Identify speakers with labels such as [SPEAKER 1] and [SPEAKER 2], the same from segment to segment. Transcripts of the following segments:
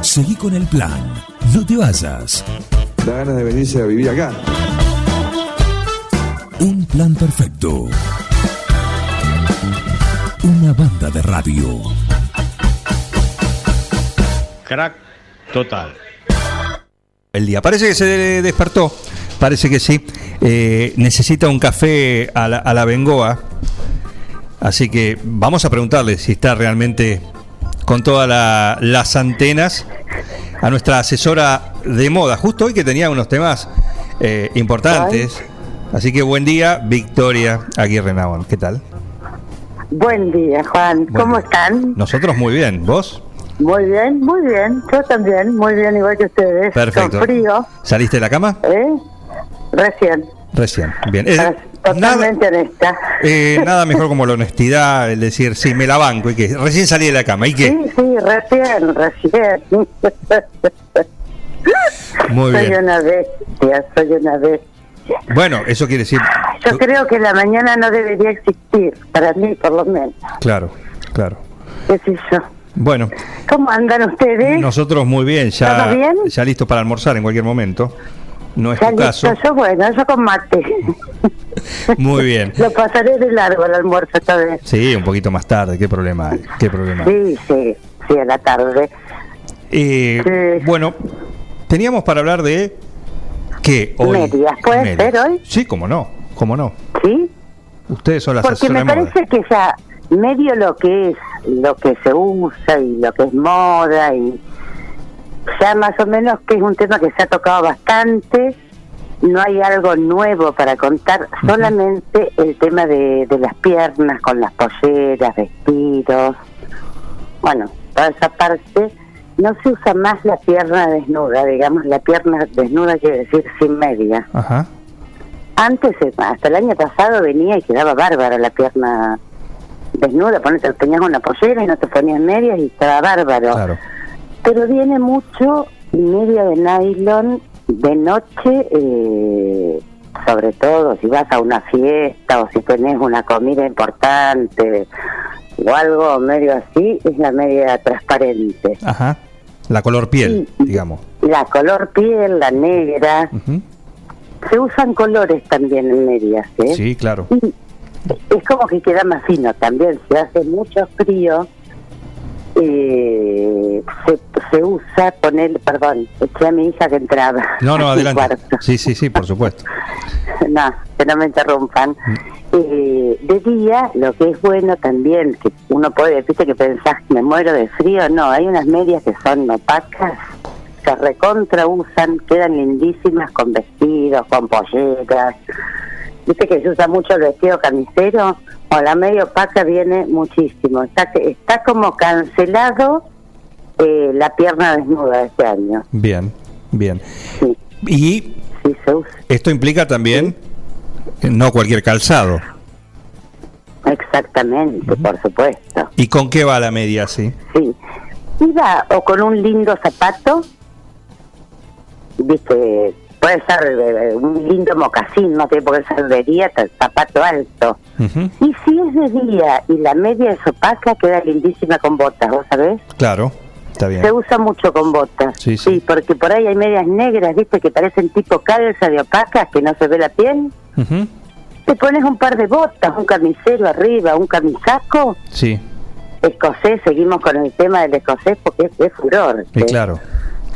[SPEAKER 1] Seguí con el plan. No te vayas.
[SPEAKER 2] Da ganas de venirse a vivir acá.
[SPEAKER 1] Un plan perfecto. Una banda de radio.
[SPEAKER 3] Crack total.
[SPEAKER 4] El día. Parece que se despertó. Parece que sí. Eh, necesita un café a la, a la Bengoa. Así que vamos a preguntarle si está realmente con todas la- las antenas a nuestra asesora de moda, justo hoy que tenía unos temas eh, importantes. Así que buen día, Victoria Aguirre Navon. ¿Qué tal?
[SPEAKER 5] Buen día, Juan.
[SPEAKER 4] Buen
[SPEAKER 5] ¿Cómo
[SPEAKER 4] día.
[SPEAKER 5] están?
[SPEAKER 4] Nosotros muy bien, ¿vos?
[SPEAKER 5] Muy bien, muy bien. Yo también, muy bien, igual que ustedes.
[SPEAKER 4] Perfecto.
[SPEAKER 5] Con frío,
[SPEAKER 4] ¿Saliste de la cama?
[SPEAKER 5] ¿eh? Recién.
[SPEAKER 4] Recién. Bien. Eh,
[SPEAKER 5] Para-
[SPEAKER 4] nada,
[SPEAKER 5] Totalmente honesta.
[SPEAKER 4] eh, nada mejor como la honestidad, el decir, sí, me la banco y que recién salí de la cama. ¿Y qué?
[SPEAKER 5] Sí, sí, recién, recién.
[SPEAKER 4] Muy
[SPEAKER 5] soy
[SPEAKER 4] bien.
[SPEAKER 5] una bestia, soy una bestia.
[SPEAKER 4] Bueno, eso quiere decir.
[SPEAKER 5] Yo creo que la mañana no debería existir, para mí por lo menos.
[SPEAKER 4] Claro, claro.
[SPEAKER 5] ¿Qué sé yo?
[SPEAKER 4] Bueno,
[SPEAKER 5] ¿Cómo andan ustedes?
[SPEAKER 4] Nosotros muy bien, ya,
[SPEAKER 5] ¿Todo bien?
[SPEAKER 4] ya listos para almorzar en cualquier momento. No es
[SPEAKER 5] Ya
[SPEAKER 4] tu
[SPEAKER 5] listo,
[SPEAKER 4] caso.
[SPEAKER 5] yo bueno, yo con mate.
[SPEAKER 4] Muy bien.
[SPEAKER 5] Lo pasaré de largo al almuerzo esta vez.
[SPEAKER 4] Sí, un poquito más tarde, qué problema hay, qué problema. hay.
[SPEAKER 5] Sí, sí, sí, a la tarde.
[SPEAKER 4] Eh,
[SPEAKER 5] Sí.
[SPEAKER 4] Bueno, teníamos para hablar de qué hoy.
[SPEAKER 5] Medias, ¿puede ser hoy?
[SPEAKER 4] Sí, cómo no, cómo no.
[SPEAKER 5] ¿Sí,
[SPEAKER 4] Ustedes son las
[SPEAKER 5] porque me
[SPEAKER 4] asesoras de moda.
[SPEAKER 5] parece que ya medio lo que es, lo que se usa y lo que es moda y ya más o menos que es un tema que se ha tocado bastante. No hay algo nuevo para contar, solamente el tema de, de las piernas con las polleras, vestidos. Bueno, toda esa parte. No se usa más la pierna desnuda, digamos, la pierna desnuda quiere decir sin media.
[SPEAKER 4] Ajá.
[SPEAKER 5] Antes, eh, hasta el año pasado, venía y quedaba bárbara la pierna desnuda. Ponete, tenías una pollera y no te ponías medias y estaba bárbaro.
[SPEAKER 4] Claro.
[SPEAKER 5] Pero viene mucho media de nylon de noche, eh, sobre todo si vas a una fiesta o si tenés una comida importante o algo medio así, es la media transparente.
[SPEAKER 4] Ajá. La color piel,
[SPEAKER 5] Sí.
[SPEAKER 4] digamos.
[SPEAKER 5] La color piel, la negra.
[SPEAKER 4] Ujú.
[SPEAKER 5] Se usan colores también en medias, ¿eh?
[SPEAKER 4] Sí, claro.
[SPEAKER 5] Y es como que queda más fino también. Si hace mucho frío, eh, se, se usa poner, perdón, eché a mi hija que entraba.
[SPEAKER 4] No, no,
[SPEAKER 5] al
[SPEAKER 4] adelante.
[SPEAKER 5] cuarto.
[SPEAKER 4] Sí, sí, sí, por supuesto.
[SPEAKER 5] no, que no me interrumpan. Eh, de día, lo que es bueno también, que uno puede, viste que pensás, me muero de frío, no, hay unas medias que son opacas, se recontra usan, quedan lindísimas con vestidos, con polletas. Viste que se usa mucho el vestido camisero, o la media opaca viene muchísimo. Está, que- está como cancelado eh, la pierna desnuda de este año.
[SPEAKER 4] Bien, bien.
[SPEAKER 5] Sí,
[SPEAKER 4] Y
[SPEAKER 5] sí se usa.
[SPEAKER 4] Esto implica también eh, no cualquier calzado.
[SPEAKER 5] Exactamente, por supuesto.
[SPEAKER 4] ¿Y con qué va la media sí?
[SPEAKER 5] Sí. Iba o con un lindo zapato, viste, puede ser eh, un lindo mocasín, no sé, porque servería, ta- zapato alto.
[SPEAKER 4] Ujú,
[SPEAKER 5] Y si es de día y la media es opaca, queda lindísima con botas, ¿vos sabés?
[SPEAKER 4] Claro, está bien.
[SPEAKER 5] Se usa mucho con botas.
[SPEAKER 4] Sí, sí.
[SPEAKER 5] porque por ahí hay medias negras, viste, que parecen tipo calza de opacas, que no se ve la piel.
[SPEAKER 4] Ujú,
[SPEAKER 5] Te pones un par de botas, un camisero arriba, un camisaco,
[SPEAKER 4] Sí,
[SPEAKER 5] escocés, seguimos con el tema del escocés porque es, es furor.
[SPEAKER 4] y
[SPEAKER 5] ¿sí?
[SPEAKER 4] claro.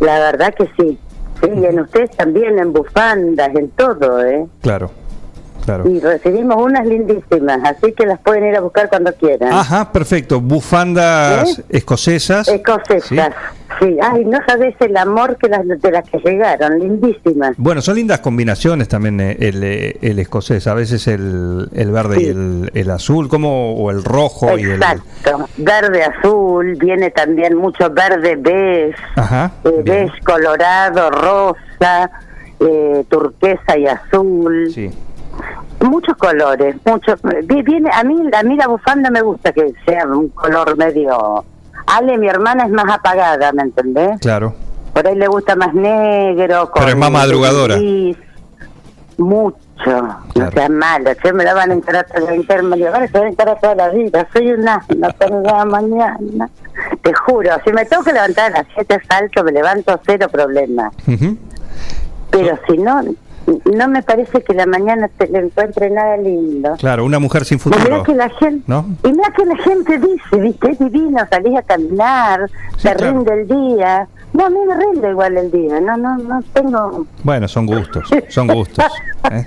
[SPEAKER 5] La verdad que sí. Sí, y en ustedes también, en bufandas, en todo, ¿eh?
[SPEAKER 4] Claro, claro.
[SPEAKER 5] Y recibimos unas lindísimas, así que las pueden ir a buscar cuando quieran.
[SPEAKER 4] Ajá, perfecto. Bufandas
[SPEAKER 5] ¿Eh?
[SPEAKER 4] escocesas.
[SPEAKER 5] Escocesas,
[SPEAKER 4] Sí.
[SPEAKER 5] ¿Sí? ay, no sabes el amor que las, de las que llegaron, lindísimas.
[SPEAKER 4] Bueno, son lindas combinaciones también eh, el, eh, el escocés. A veces el, el verde y
[SPEAKER 5] Sí.
[SPEAKER 4] el, el azul, como o el rojo y el.
[SPEAKER 5] Exacto, verde azul, viene también mucho verde beige,
[SPEAKER 4] Ajá.
[SPEAKER 5] eh,
[SPEAKER 4] bien.
[SPEAKER 5] beige colorado, rosa, eh, turquesa y azul.
[SPEAKER 4] Sí.
[SPEAKER 5] Muchos colores, muchos. vi- Viene, a mí, a mí la bufanda me gusta que sea un color medio. Ale, mi hermana es más apagada, ¿me entendés?
[SPEAKER 4] Claro.
[SPEAKER 5] Por ahí le gusta más negro.
[SPEAKER 4] Pero es más madrugadora.
[SPEAKER 5] gris, mucho, no seas malo, che, me la van a encarar toda la interna, me la van a encarar toda la vida, soy un asno toda la mañana. Te juro, si me tengo que levantar a las 7 salto, me levanto cero problema.
[SPEAKER 4] Ujú.
[SPEAKER 5] Pero si no, no me parece que la mañana te le encuentre nada lindo.
[SPEAKER 4] Claro, una mujer sin
[SPEAKER 5] Y mirá
[SPEAKER 4] futuro.
[SPEAKER 5] que la gente,
[SPEAKER 4] ¿No?
[SPEAKER 5] y mirá que la gente dice, viste, es divino, salís a caminar,
[SPEAKER 4] Sí,
[SPEAKER 5] te
[SPEAKER 4] claro.
[SPEAKER 5] rinde el día. No, a mí me rinde igual el día, no, no, no tengo...
[SPEAKER 4] Bueno, son gustos, son gustos. ¿eh?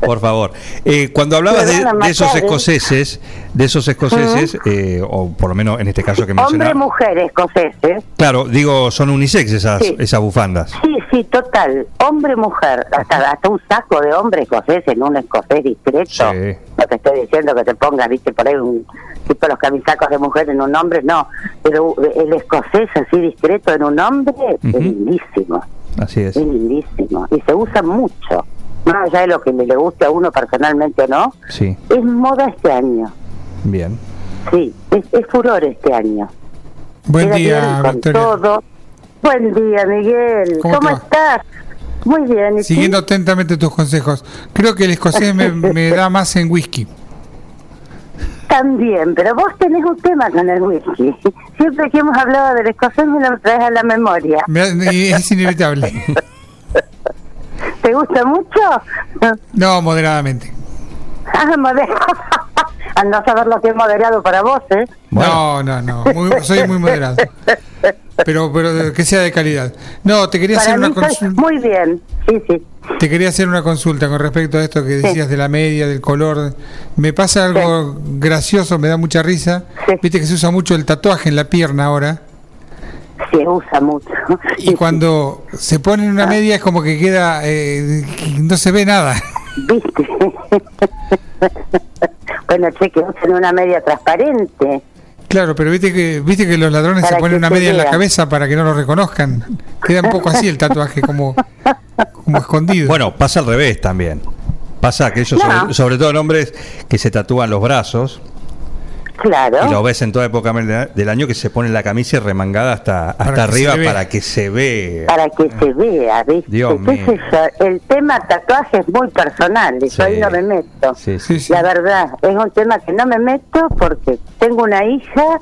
[SPEAKER 4] Por favor. Eh, cuando hablabas
[SPEAKER 5] Me
[SPEAKER 4] de,
[SPEAKER 5] van a
[SPEAKER 4] de esos
[SPEAKER 5] matar, ¿eh?
[SPEAKER 4] escoceses, de esos escoceses, eh, o por lo menos en este caso que
[SPEAKER 5] Hombre,
[SPEAKER 4] mencionaba.
[SPEAKER 5] mujer, escoceses.
[SPEAKER 4] Claro, digo, son unisex esas,
[SPEAKER 5] Sí.
[SPEAKER 4] esas bufandas.
[SPEAKER 5] Sí, sí, total. Hombre, mujer. Hasta, hasta un saco de hombre escocés en un escocés discreto.
[SPEAKER 4] Sí.
[SPEAKER 5] No te estoy diciendo que te pongas, viste, por ahí un tipo los camisacos de mujer en un hombre, no. Pero el escocés así discreto en un hombre
[SPEAKER 4] Ujú.
[SPEAKER 5] es lindísimo.
[SPEAKER 4] Así es.
[SPEAKER 5] Es lindísimo. Y se usa mucho. Más allá de lo que le guste a uno personalmente o no,
[SPEAKER 4] Sí,
[SPEAKER 5] es moda este año.
[SPEAKER 4] bien.
[SPEAKER 5] Sí, es, es furor este año.
[SPEAKER 6] Buen
[SPEAKER 5] Queda
[SPEAKER 6] día,
[SPEAKER 5] bien con
[SPEAKER 6] Victoria.
[SPEAKER 5] todo. Buen día, Miguel.
[SPEAKER 6] ¿Cómo
[SPEAKER 5] ¿Cómo,
[SPEAKER 6] te va?
[SPEAKER 5] estás? Muy bien. ¿y tú?
[SPEAKER 6] Siguiendo atentamente tus consejos. Creo que el escocés me, me da más en whisky.
[SPEAKER 5] También, pero vos tenés un tema con el whisky. Siempre que hemos hablado del escocés me lo traes a la memoria.
[SPEAKER 6] Me da- y es inevitable.
[SPEAKER 5] ¿Te gusta mucho?
[SPEAKER 6] No, moderadamente.
[SPEAKER 5] Ah, moderado. A no saber lo que es moderado para vos, ¿eh?
[SPEAKER 4] Bueno,
[SPEAKER 6] No, no, no. muy- soy muy moderado. Pero, pero que sea de calidad. No, te quería
[SPEAKER 5] Para
[SPEAKER 6] hacer
[SPEAKER 5] mí
[SPEAKER 6] una
[SPEAKER 5] estás
[SPEAKER 6] consulta.
[SPEAKER 5] muy bien. Sí, sí.
[SPEAKER 6] Te quería hacer una consulta con respecto a esto que decías de la media, del color. Me pasa algo gracioso, me da mucha risa.
[SPEAKER 5] Sí.
[SPEAKER 6] Viste que se usa mucho el tatuaje en la pierna ahora.
[SPEAKER 5] Se usa mucho.
[SPEAKER 6] Y cuando se pone
[SPEAKER 5] Ah.
[SPEAKER 6] una media es como que queda, eh, no se ve nada.
[SPEAKER 5] ¿Viste? bueno, che, que usen una media transparente.
[SPEAKER 6] Claro, pero viste que viste que los ladrones
[SPEAKER 5] Para
[SPEAKER 6] se ponen
[SPEAKER 5] que
[SPEAKER 6] una
[SPEAKER 5] se
[SPEAKER 6] media en la
[SPEAKER 5] vea.
[SPEAKER 6] cabeza para que no los reconozcan. Queda un poco así el tatuaje, como, como escondido.
[SPEAKER 4] bueno, pasa al revés también. Pasa que ellos,
[SPEAKER 5] No.
[SPEAKER 4] sobre, sobre todo en hombres que se tatúan los brazos,
[SPEAKER 5] Claro.
[SPEAKER 4] y lo ves en toda época del del año que se pone la camisa remangada hasta, hasta
[SPEAKER 6] Para que se
[SPEAKER 4] arriba
[SPEAKER 6] vea.
[SPEAKER 4] para que se vea. Ah.
[SPEAKER 5] para que se vea, ¿viste?
[SPEAKER 4] Dios
[SPEAKER 5] ¿Qué
[SPEAKER 4] mío.
[SPEAKER 5] sé yo? El tema tatuaje es muy personal, y
[SPEAKER 4] Sí.
[SPEAKER 5] yo ahí no me meto.
[SPEAKER 4] Sí, sí.
[SPEAKER 6] Sí, sí.
[SPEAKER 5] La verdad, es un tema que no me meto porque tengo una hija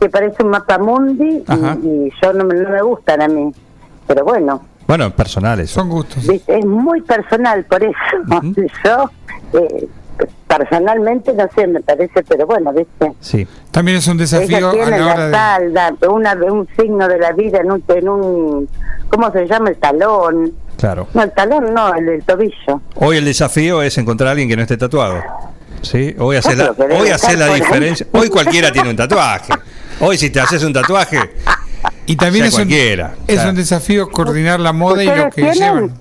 [SPEAKER 5] que parece un mapamundi y,
[SPEAKER 4] Ajá.
[SPEAKER 5] y yo no, me- no me gustan a mí. Pero bueno,
[SPEAKER 4] Bueno, personal eso.
[SPEAKER 6] Son gustos.
[SPEAKER 5] ¿viste? es muy personal, por eso
[SPEAKER 4] Ujú.
[SPEAKER 5] yo eh, personalmente no sé, me parece, pero bueno, ¿viste?
[SPEAKER 4] Sí.
[SPEAKER 6] También es un desafío
[SPEAKER 5] Ella
[SPEAKER 6] a
[SPEAKER 5] tiene en
[SPEAKER 6] la hora
[SPEAKER 5] la
[SPEAKER 6] de...
[SPEAKER 5] espalda una, un signo de la vida en un, en un, ¿cómo se llama? El talón.
[SPEAKER 4] Claro.
[SPEAKER 5] No, el talón no, el del tobillo.
[SPEAKER 4] Hoy el desafío es encontrar a alguien que no esté tatuado. ¿Sí? Hoy hace la,
[SPEAKER 5] pero que debe
[SPEAKER 4] hoy hace
[SPEAKER 5] estar
[SPEAKER 4] la
[SPEAKER 5] por ahí.
[SPEAKER 4] diferencia. Hoy cualquiera tiene un tatuaje. Hoy si te haces un tatuaje.
[SPEAKER 6] Y también
[SPEAKER 4] sea
[SPEAKER 6] es un,
[SPEAKER 4] cualquiera,
[SPEAKER 6] es
[SPEAKER 4] claro.
[SPEAKER 6] un desafío coordinar la moda y lo
[SPEAKER 5] ¿Ustedes
[SPEAKER 6] que
[SPEAKER 5] tienen?
[SPEAKER 6] llevan.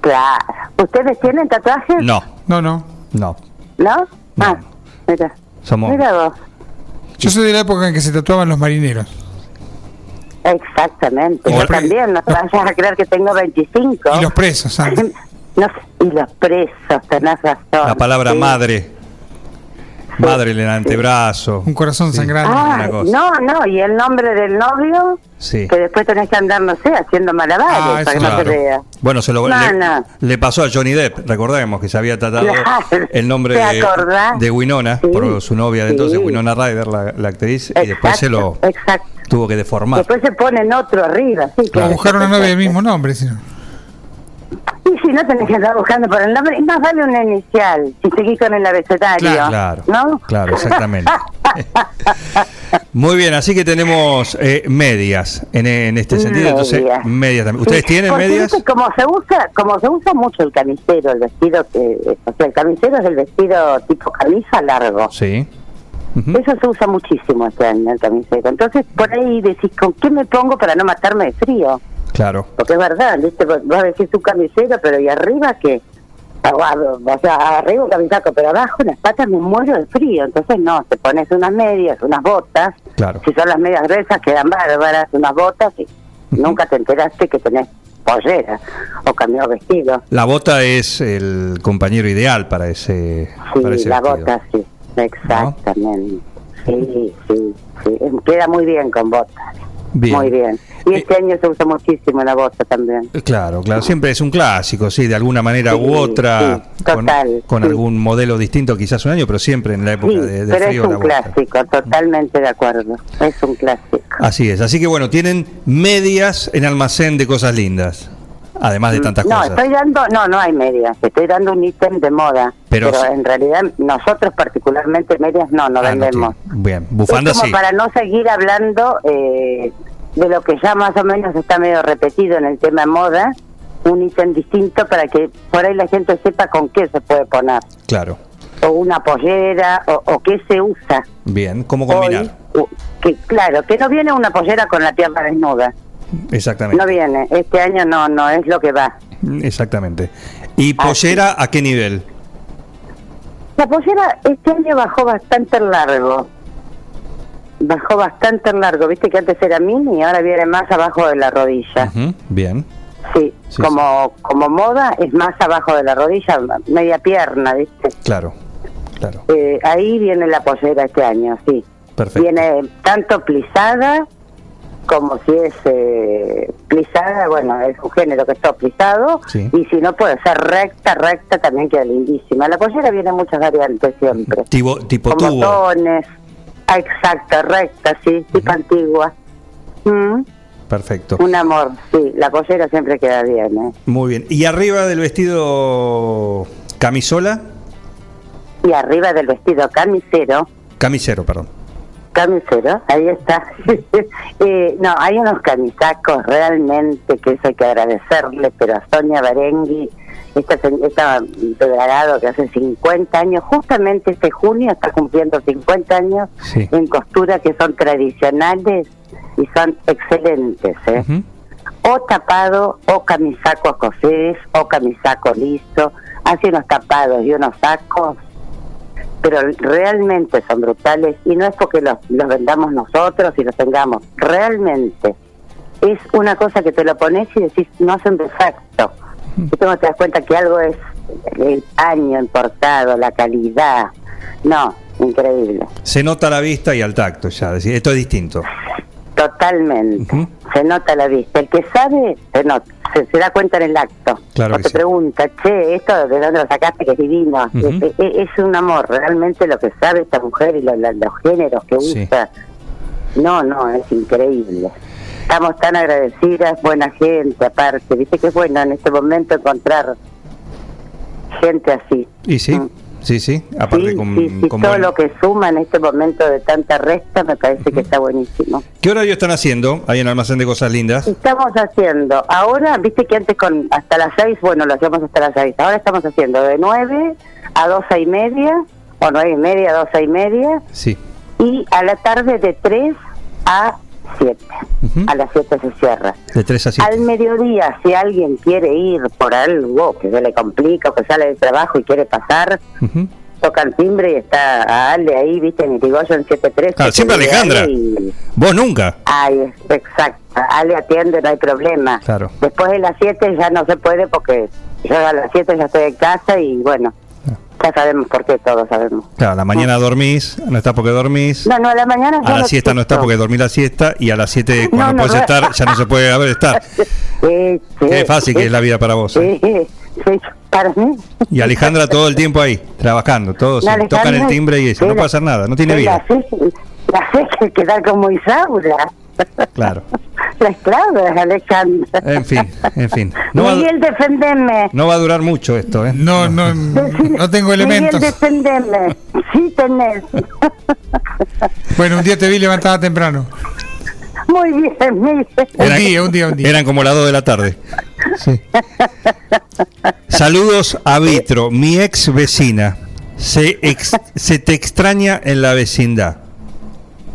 [SPEAKER 5] Claro. ¿Ustedes tienen tatuajes?
[SPEAKER 4] No,
[SPEAKER 6] No, no.
[SPEAKER 4] no.
[SPEAKER 5] ¿No? Ah, mira.
[SPEAKER 4] Somos-
[SPEAKER 5] Mira vos.
[SPEAKER 6] Yo soy de la época en que se tatuaban los marineros.
[SPEAKER 5] Exactamente.
[SPEAKER 4] Y
[SPEAKER 5] Yo
[SPEAKER 4] los pre-
[SPEAKER 5] también, no te vayas a creer que tengo 25.
[SPEAKER 6] Y los presos antes.
[SPEAKER 5] No sé, y los presos, tenés razón.
[SPEAKER 4] La palabra
[SPEAKER 5] sí.
[SPEAKER 4] madre. Madre en el antebrazo.
[SPEAKER 6] Un corazón
[SPEAKER 4] Sí.
[SPEAKER 6] sangrante.
[SPEAKER 5] Ah,
[SPEAKER 4] una cosa.
[SPEAKER 5] no, no, y el nombre del novio,
[SPEAKER 4] Sí.
[SPEAKER 5] que después tenés que andar, no sé, haciendo malabares
[SPEAKER 6] Ah, eso
[SPEAKER 5] para que no
[SPEAKER 4] Claro.
[SPEAKER 5] te vea.
[SPEAKER 4] Bueno, se lo,
[SPEAKER 5] No,
[SPEAKER 4] le,
[SPEAKER 5] no.
[SPEAKER 4] le pasó a Johnny Depp, recordemos que se había tratado
[SPEAKER 5] Claro.
[SPEAKER 4] el nombre
[SPEAKER 5] ¿Te
[SPEAKER 4] de,
[SPEAKER 5] acordás?
[SPEAKER 4] de Winona,
[SPEAKER 5] Sí.
[SPEAKER 4] por su novia de entonces,
[SPEAKER 5] Sí.
[SPEAKER 4] Winona Ryder, la, la actriz, y después
[SPEAKER 5] Exacto,
[SPEAKER 4] se lo
[SPEAKER 5] Exacto.
[SPEAKER 4] tuvo que deformar.
[SPEAKER 5] Después se ponen otro arriba, sí.
[SPEAKER 6] O
[SPEAKER 5] claro.
[SPEAKER 6] buscar una novia del mismo nombre. sino-
[SPEAKER 5] Y si no tenés que andar buscando por el nombre, y más vale una inicial, si seguís con el abecedario.
[SPEAKER 4] Claro,
[SPEAKER 5] ¿no?
[SPEAKER 4] claro, exactamente. Muy bien, así que tenemos eh, medias en, en este sentido, entonces
[SPEAKER 5] Medias.
[SPEAKER 4] medias también. ¿Ustedes
[SPEAKER 5] Sí,
[SPEAKER 4] tienen
[SPEAKER 5] porque,
[SPEAKER 4] medias?
[SPEAKER 5] viste, Como se usa, como se usa mucho el camisero, el vestido que, o sea, el camisero es el vestido tipo camisa largo.
[SPEAKER 4] Sí. Ujú.
[SPEAKER 5] Eso se usa muchísimo este año el camisero. Entonces por ahí decís, ¿con qué me pongo para no matarme de frío?
[SPEAKER 4] Claro.
[SPEAKER 5] Porque es verdad, ¿viste? Vos vos decís tu camisero, pero ¿y arriba qué? Aguado, o sea, arriba un camisaco, pero abajo las patas me muero de frío. Entonces, no, te pones unas medias, unas botas.
[SPEAKER 4] Claro.
[SPEAKER 5] Si son las medias gruesas, quedan bárbaras, unas botas y nunca te enteraste que tenés pollera o cambió vestido.
[SPEAKER 4] La bota es el compañero ideal para ese.
[SPEAKER 5] Sí,
[SPEAKER 4] para ese
[SPEAKER 5] la
[SPEAKER 4] vestido.
[SPEAKER 5] bota, sí, Em, exactamente. Sí, sí, sí. Queda muy bien con botas.
[SPEAKER 4] Bien.
[SPEAKER 5] Muy bien. Y este
[SPEAKER 4] Eh,
[SPEAKER 5] año se usa muchísimo la bota también.
[SPEAKER 4] Claro, claro, siempre es un clásico, sí, de alguna manera
[SPEAKER 5] Sí,
[SPEAKER 4] u otra,
[SPEAKER 5] sí,
[SPEAKER 4] con,
[SPEAKER 5] total,
[SPEAKER 4] con
[SPEAKER 5] sí.
[SPEAKER 4] algún modelo distinto quizás un año, pero siempre en la época
[SPEAKER 5] Sí,
[SPEAKER 4] de, de
[SPEAKER 5] pero es
[SPEAKER 4] frío la
[SPEAKER 5] un
[SPEAKER 4] bota.
[SPEAKER 5] clásico, totalmente de acuerdo. Es un clásico.
[SPEAKER 4] Así es, así que bueno, tienen medias en almacén de cosas lindas, además Ah, de tantas
[SPEAKER 5] Mm, no,
[SPEAKER 4] cosas.
[SPEAKER 5] estoy dando, no, no hay medias, estoy dando un ítem de moda.
[SPEAKER 4] Pero
[SPEAKER 5] Pero,
[SPEAKER 4] sí.
[SPEAKER 5] en realidad nosotros particularmente medias no, no
[SPEAKER 4] Ah, no
[SPEAKER 5] vendemos.
[SPEAKER 4] tiene. Bien, bufandas
[SPEAKER 5] es como
[SPEAKER 4] sí.
[SPEAKER 5] para no seguir hablando eh, de lo que ya más o menos está medio repetido en el tema moda, un ítem distinto para que por ahí la gente sepa con qué se puede poner,
[SPEAKER 4] Claro,
[SPEAKER 5] o una pollera, o, o qué se usa.
[SPEAKER 4] bien, ¿cómo
[SPEAKER 5] hoy.
[SPEAKER 4] combinar?
[SPEAKER 5] u- que, claro, que no viene una pollera con la pierna desnuda,
[SPEAKER 4] Exactamente,
[SPEAKER 5] no viene, este año no, no es lo que va.
[SPEAKER 4] exactamente. ¿Y
[SPEAKER 5] Ah,
[SPEAKER 4] pollera a qué nivel?
[SPEAKER 5] La pollera este año bajó bastante en largo. Bajó bastante en largo. Viste que antes era mini y ahora viene más abajo de la rodilla.
[SPEAKER 4] Ujú, Bien,
[SPEAKER 5] Sí,
[SPEAKER 4] Sí,
[SPEAKER 5] como como moda es más abajo de la rodilla, media pierna, ¿viste?
[SPEAKER 4] claro, claro,
[SPEAKER 5] Eh, ahí viene la pollera este año, sí.
[SPEAKER 4] perfecto.
[SPEAKER 5] Viene tanto plisada como si es eh, plisada, bueno, es un género que está plisado.
[SPEAKER 4] Sí.
[SPEAKER 5] Y si no puede ser recta, recta también queda lindísima. La pollera viene en muchas variantes siempre.
[SPEAKER 4] Tipo, tipo
[SPEAKER 5] con
[SPEAKER 4] tubo.
[SPEAKER 5] botones. Ah, exacto, recta, sí, tipo antigua. Mm,
[SPEAKER 4] Perfecto.
[SPEAKER 5] un amor, sí, la pollera siempre queda bien. ¿eh?
[SPEAKER 4] Muy bien. ¿Y arriba del vestido camisola?
[SPEAKER 5] Y arriba del vestido camisero,
[SPEAKER 4] Camisero, perdón.
[SPEAKER 5] camisero, ahí está. Eh, no, hay unos camisacos realmente que eso hay que agradecerle, pero a Sonia Barengui, esta, se- esta Belgrado que hace 50 años, justamente este junio está cumpliendo 50 años
[SPEAKER 4] Sí.
[SPEAKER 5] en costura que son tradicionales y son excelentes. ¿eh?
[SPEAKER 4] Ujú.
[SPEAKER 5] o tapado o camisaco escocés o camisaco liso, hace unos tapados y unos sacos, pero realmente son brutales y no es porque los, los vendamos nosotros y los tengamos, realmente es una cosa que te lo pones y decís, no hace un defecto. Entonces te das cuenta que algo es el año importado, la calidad. No, increíble.
[SPEAKER 4] Se nota a la vista y al tacto, ya. es decir, Esto es distinto.
[SPEAKER 5] Totalmente.
[SPEAKER 4] Ujú.
[SPEAKER 5] Se nota a la vista. El que sabe, se, nota, se, se da cuenta en el acto.
[SPEAKER 4] Claro
[SPEAKER 5] o
[SPEAKER 4] que
[SPEAKER 5] te
[SPEAKER 4] sí.
[SPEAKER 5] pregunta, che, esto de dónde lo sacaste que es divino.
[SPEAKER 4] Ujú.
[SPEAKER 5] Es- es, es un amor, realmente lo que sabe esta mujer y lo- lo- los géneros que
[SPEAKER 4] Sí.
[SPEAKER 5] usa. No, no, es increíble. Estamos tan agradecidas, buena gente aparte. Viste que es bueno en este momento encontrar gente así.
[SPEAKER 4] Y sí,
[SPEAKER 5] Mm.
[SPEAKER 4] sí, sí. Aparte
[SPEAKER 5] sí,
[SPEAKER 4] con,
[SPEAKER 5] sí, sí,
[SPEAKER 4] con
[SPEAKER 5] todo
[SPEAKER 4] buen-
[SPEAKER 5] lo que suma en este momento de tanta resta me parece que está buenísimo.
[SPEAKER 4] ¿Qué horario están haciendo ahí en Almacén de Cosas Lindas?
[SPEAKER 5] Estamos haciendo, ahora, viste que antes con hasta las 6, bueno, lo hacíamos hasta las 6, ahora estamos haciendo de 9 a 12 y media, o 9 y media a 12 y media,
[SPEAKER 4] Sí.
[SPEAKER 5] y a la tarde de 3 a 7,
[SPEAKER 4] Ujú.
[SPEAKER 5] a las 7 se cierra.
[SPEAKER 4] De 3 a 7.
[SPEAKER 5] Al mediodía, si alguien quiere ir por algo que se le complica o que sale del trabajo y quiere pasar, toca el timbre y está a Ale ahí, viste, en Irigoyen 73.
[SPEAKER 4] Ah,
[SPEAKER 5] que
[SPEAKER 4] siempre
[SPEAKER 5] se vive
[SPEAKER 4] Alejandra.
[SPEAKER 5] Ale y-
[SPEAKER 4] Vos nunca.
[SPEAKER 5] Ay, es- exacto. Ale atiende, no hay problema.
[SPEAKER 4] Claro.
[SPEAKER 5] Después de las 7 ya no se puede porque yo a las 7 ya estoy en casa y bueno,
[SPEAKER 4] Ah.
[SPEAKER 5] ya sabemos por qué, todos sabemos.
[SPEAKER 4] Claro, a la mañana dormís, no estás porque dormís.
[SPEAKER 5] No, no, a la mañana yo
[SPEAKER 4] a la siesta no
[SPEAKER 5] existo.
[SPEAKER 4] estás porque dormís la siesta. Y a las 7
[SPEAKER 5] No,
[SPEAKER 4] cuando
[SPEAKER 5] no,
[SPEAKER 4] puedes
[SPEAKER 5] no.
[SPEAKER 4] estar, ya no se puede haber estar.
[SPEAKER 5] Sí, sí,
[SPEAKER 4] Qué fácil que
[SPEAKER 5] sí,
[SPEAKER 4] es la vida para vos. ¿eh?
[SPEAKER 5] Sí, sí, para mí.
[SPEAKER 4] Y Alejandra todo el tiempo ahí, trabajando, todos
[SPEAKER 5] No,
[SPEAKER 4] eh, tocan el
[SPEAKER 5] Alejandra,
[SPEAKER 4] timbre y eso,
[SPEAKER 5] sí,
[SPEAKER 4] no
[SPEAKER 5] la-
[SPEAKER 4] puede hacer nada, no tiene
[SPEAKER 5] sí,
[SPEAKER 4] vida.
[SPEAKER 5] La sé, la sé que quedar como Isaura.
[SPEAKER 4] Claro.
[SPEAKER 5] La esclava es Alejandra.
[SPEAKER 4] En fin, en fin. Eh, No va,
[SPEAKER 5] Miguel, defendeme.
[SPEAKER 4] no va a durar mucho esto, ¿eh?
[SPEAKER 6] No, no, no tengo elementos.
[SPEAKER 5] Miguel, defendeme. Sí tenés.
[SPEAKER 6] Bueno, un día te vi levantada temprano.
[SPEAKER 5] Muy bien, Miguel.
[SPEAKER 6] Un día, un día, un día.
[SPEAKER 4] Eran como las 2 de la tarde. Saludos a Vitro, mi ex vecina. Se, ex- se te extraña en la vecindad.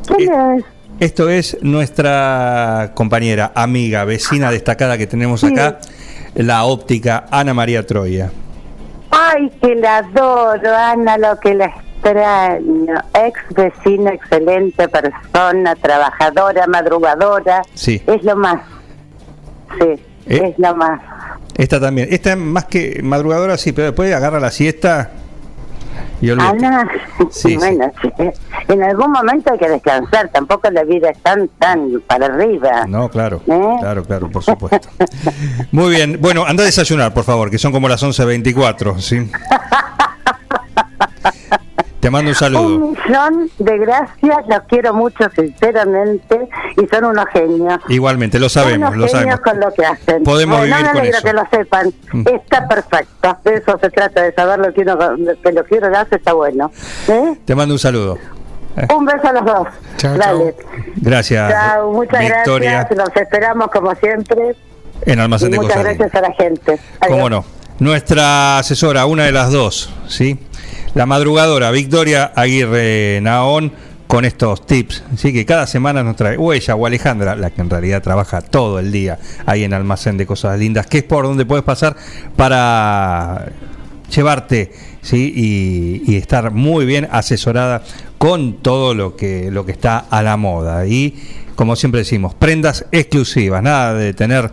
[SPEAKER 4] Eh,
[SPEAKER 5] ¿Quién es?
[SPEAKER 4] Esto es nuestra compañera, amiga, vecina destacada que tenemos acá, la óptica Ana María Troya.
[SPEAKER 5] Ay, que la adoro, Ana, lo que la extraño. Ex vecina, excelente persona, trabajadora, madrugadora.
[SPEAKER 4] Sí.
[SPEAKER 5] Es lo más. Sí,
[SPEAKER 4] ¿Eh?
[SPEAKER 5] es lo más.
[SPEAKER 4] Esta también. Esta más que madrugadora, sí, pero después agarra la siesta Y olvídate.
[SPEAKER 5] Ah, no.
[SPEAKER 4] Sí, sí.
[SPEAKER 5] bueno, sí. en algún momento hay que descansar, tampoco la vida es tan, tan para arriba.
[SPEAKER 4] No, claro,
[SPEAKER 5] ¿Eh?
[SPEAKER 4] claro, claro, por supuesto. Muy bien, bueno, anda a desayunar, por favor, que son como las 11.24, ¿sí? Te mando un
[SPEAKER 5] Un
[SPEAKER 4] saludo.
[SPEAKER 5] millón de gracias, los quiero mucho sinceramente y son unos genios.
[SPEAKER 4] Igualmente, lo sabemos,
[SPEAKER 5] unos
[SPEAKER 4] lo sabemos.
[SPEAKER 5] genios con lo que hacen.
[SPEAKER 4] Podemos
[SPEAKER 5] Bueno,
[SPEAKER 4] vivir
[SPEAKER 5] me
[SPEAKER 4] con
[SPEAKER 5] alegro
[SPEAKER 4] eso.
[SPEAKER 5] que lo sepan.
[SPEAKER 4] Mm.
[SPEAKER 5] Está perfecto. De eso se trata, de saber lo que, uno, que lo que uno hace está bueno. ¿Eh?
[SPEAKER 4] Te mando un saludo. Eh,
[SPEAKER 5] Un beso a los dos.
[SPEAKER 6] Chao,
[SPEAKER 5] Dale.
[SPEAKER 4] Gracias,
[SPEAKER 5] Chao, muchas
[SPEAKER 4] Victoria,
[SPEAKER 5] gracias. Los esperamos como siempre.
[SPEAKER 4] en
[SPEAKER 5] Y
[SPEAKER 4] Almacén de
[SPEAKER 5] muchas
[SPEAKER 4] Costa Rica.
[SPEAKER 5] gracias a la gente.
[SPEAKER 4] ¿Cómo
[SPEAKER 5] Adiós.
[SPEAKER 4] no? Nuestra asesora, una de las dos, ¿sí? La madrugadora, Victoria Aguirre Naón, con estos tips, ¿sí? Que cada semana nos trae, o ella o Alejandra, la que en realidad trabaja todo el día ahí en Almacén de Cosas Lindas, que es por donde puedes pasar para llevarte, ¿sí? Y, y estar muy bien asesorada con todo lo que, lo que está a la moda. Y, como siempre decimos, prendas exclusivas, nada de tener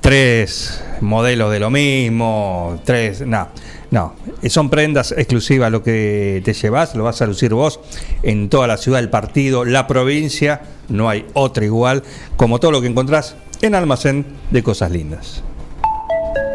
[SPEAKER 4] tres modelos de lo mismo, tres, no, no, son prendas exclusivas lo que te llevas, lo vas a lucir vos en toda la ciudad, el partido, la provincia, no hay otra igual, como todo lo que encontrás en almacén de cosas lindas.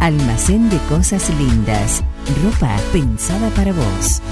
[SPEAKER 7] Almacén de cosas lindas. Ropa pensada para vos.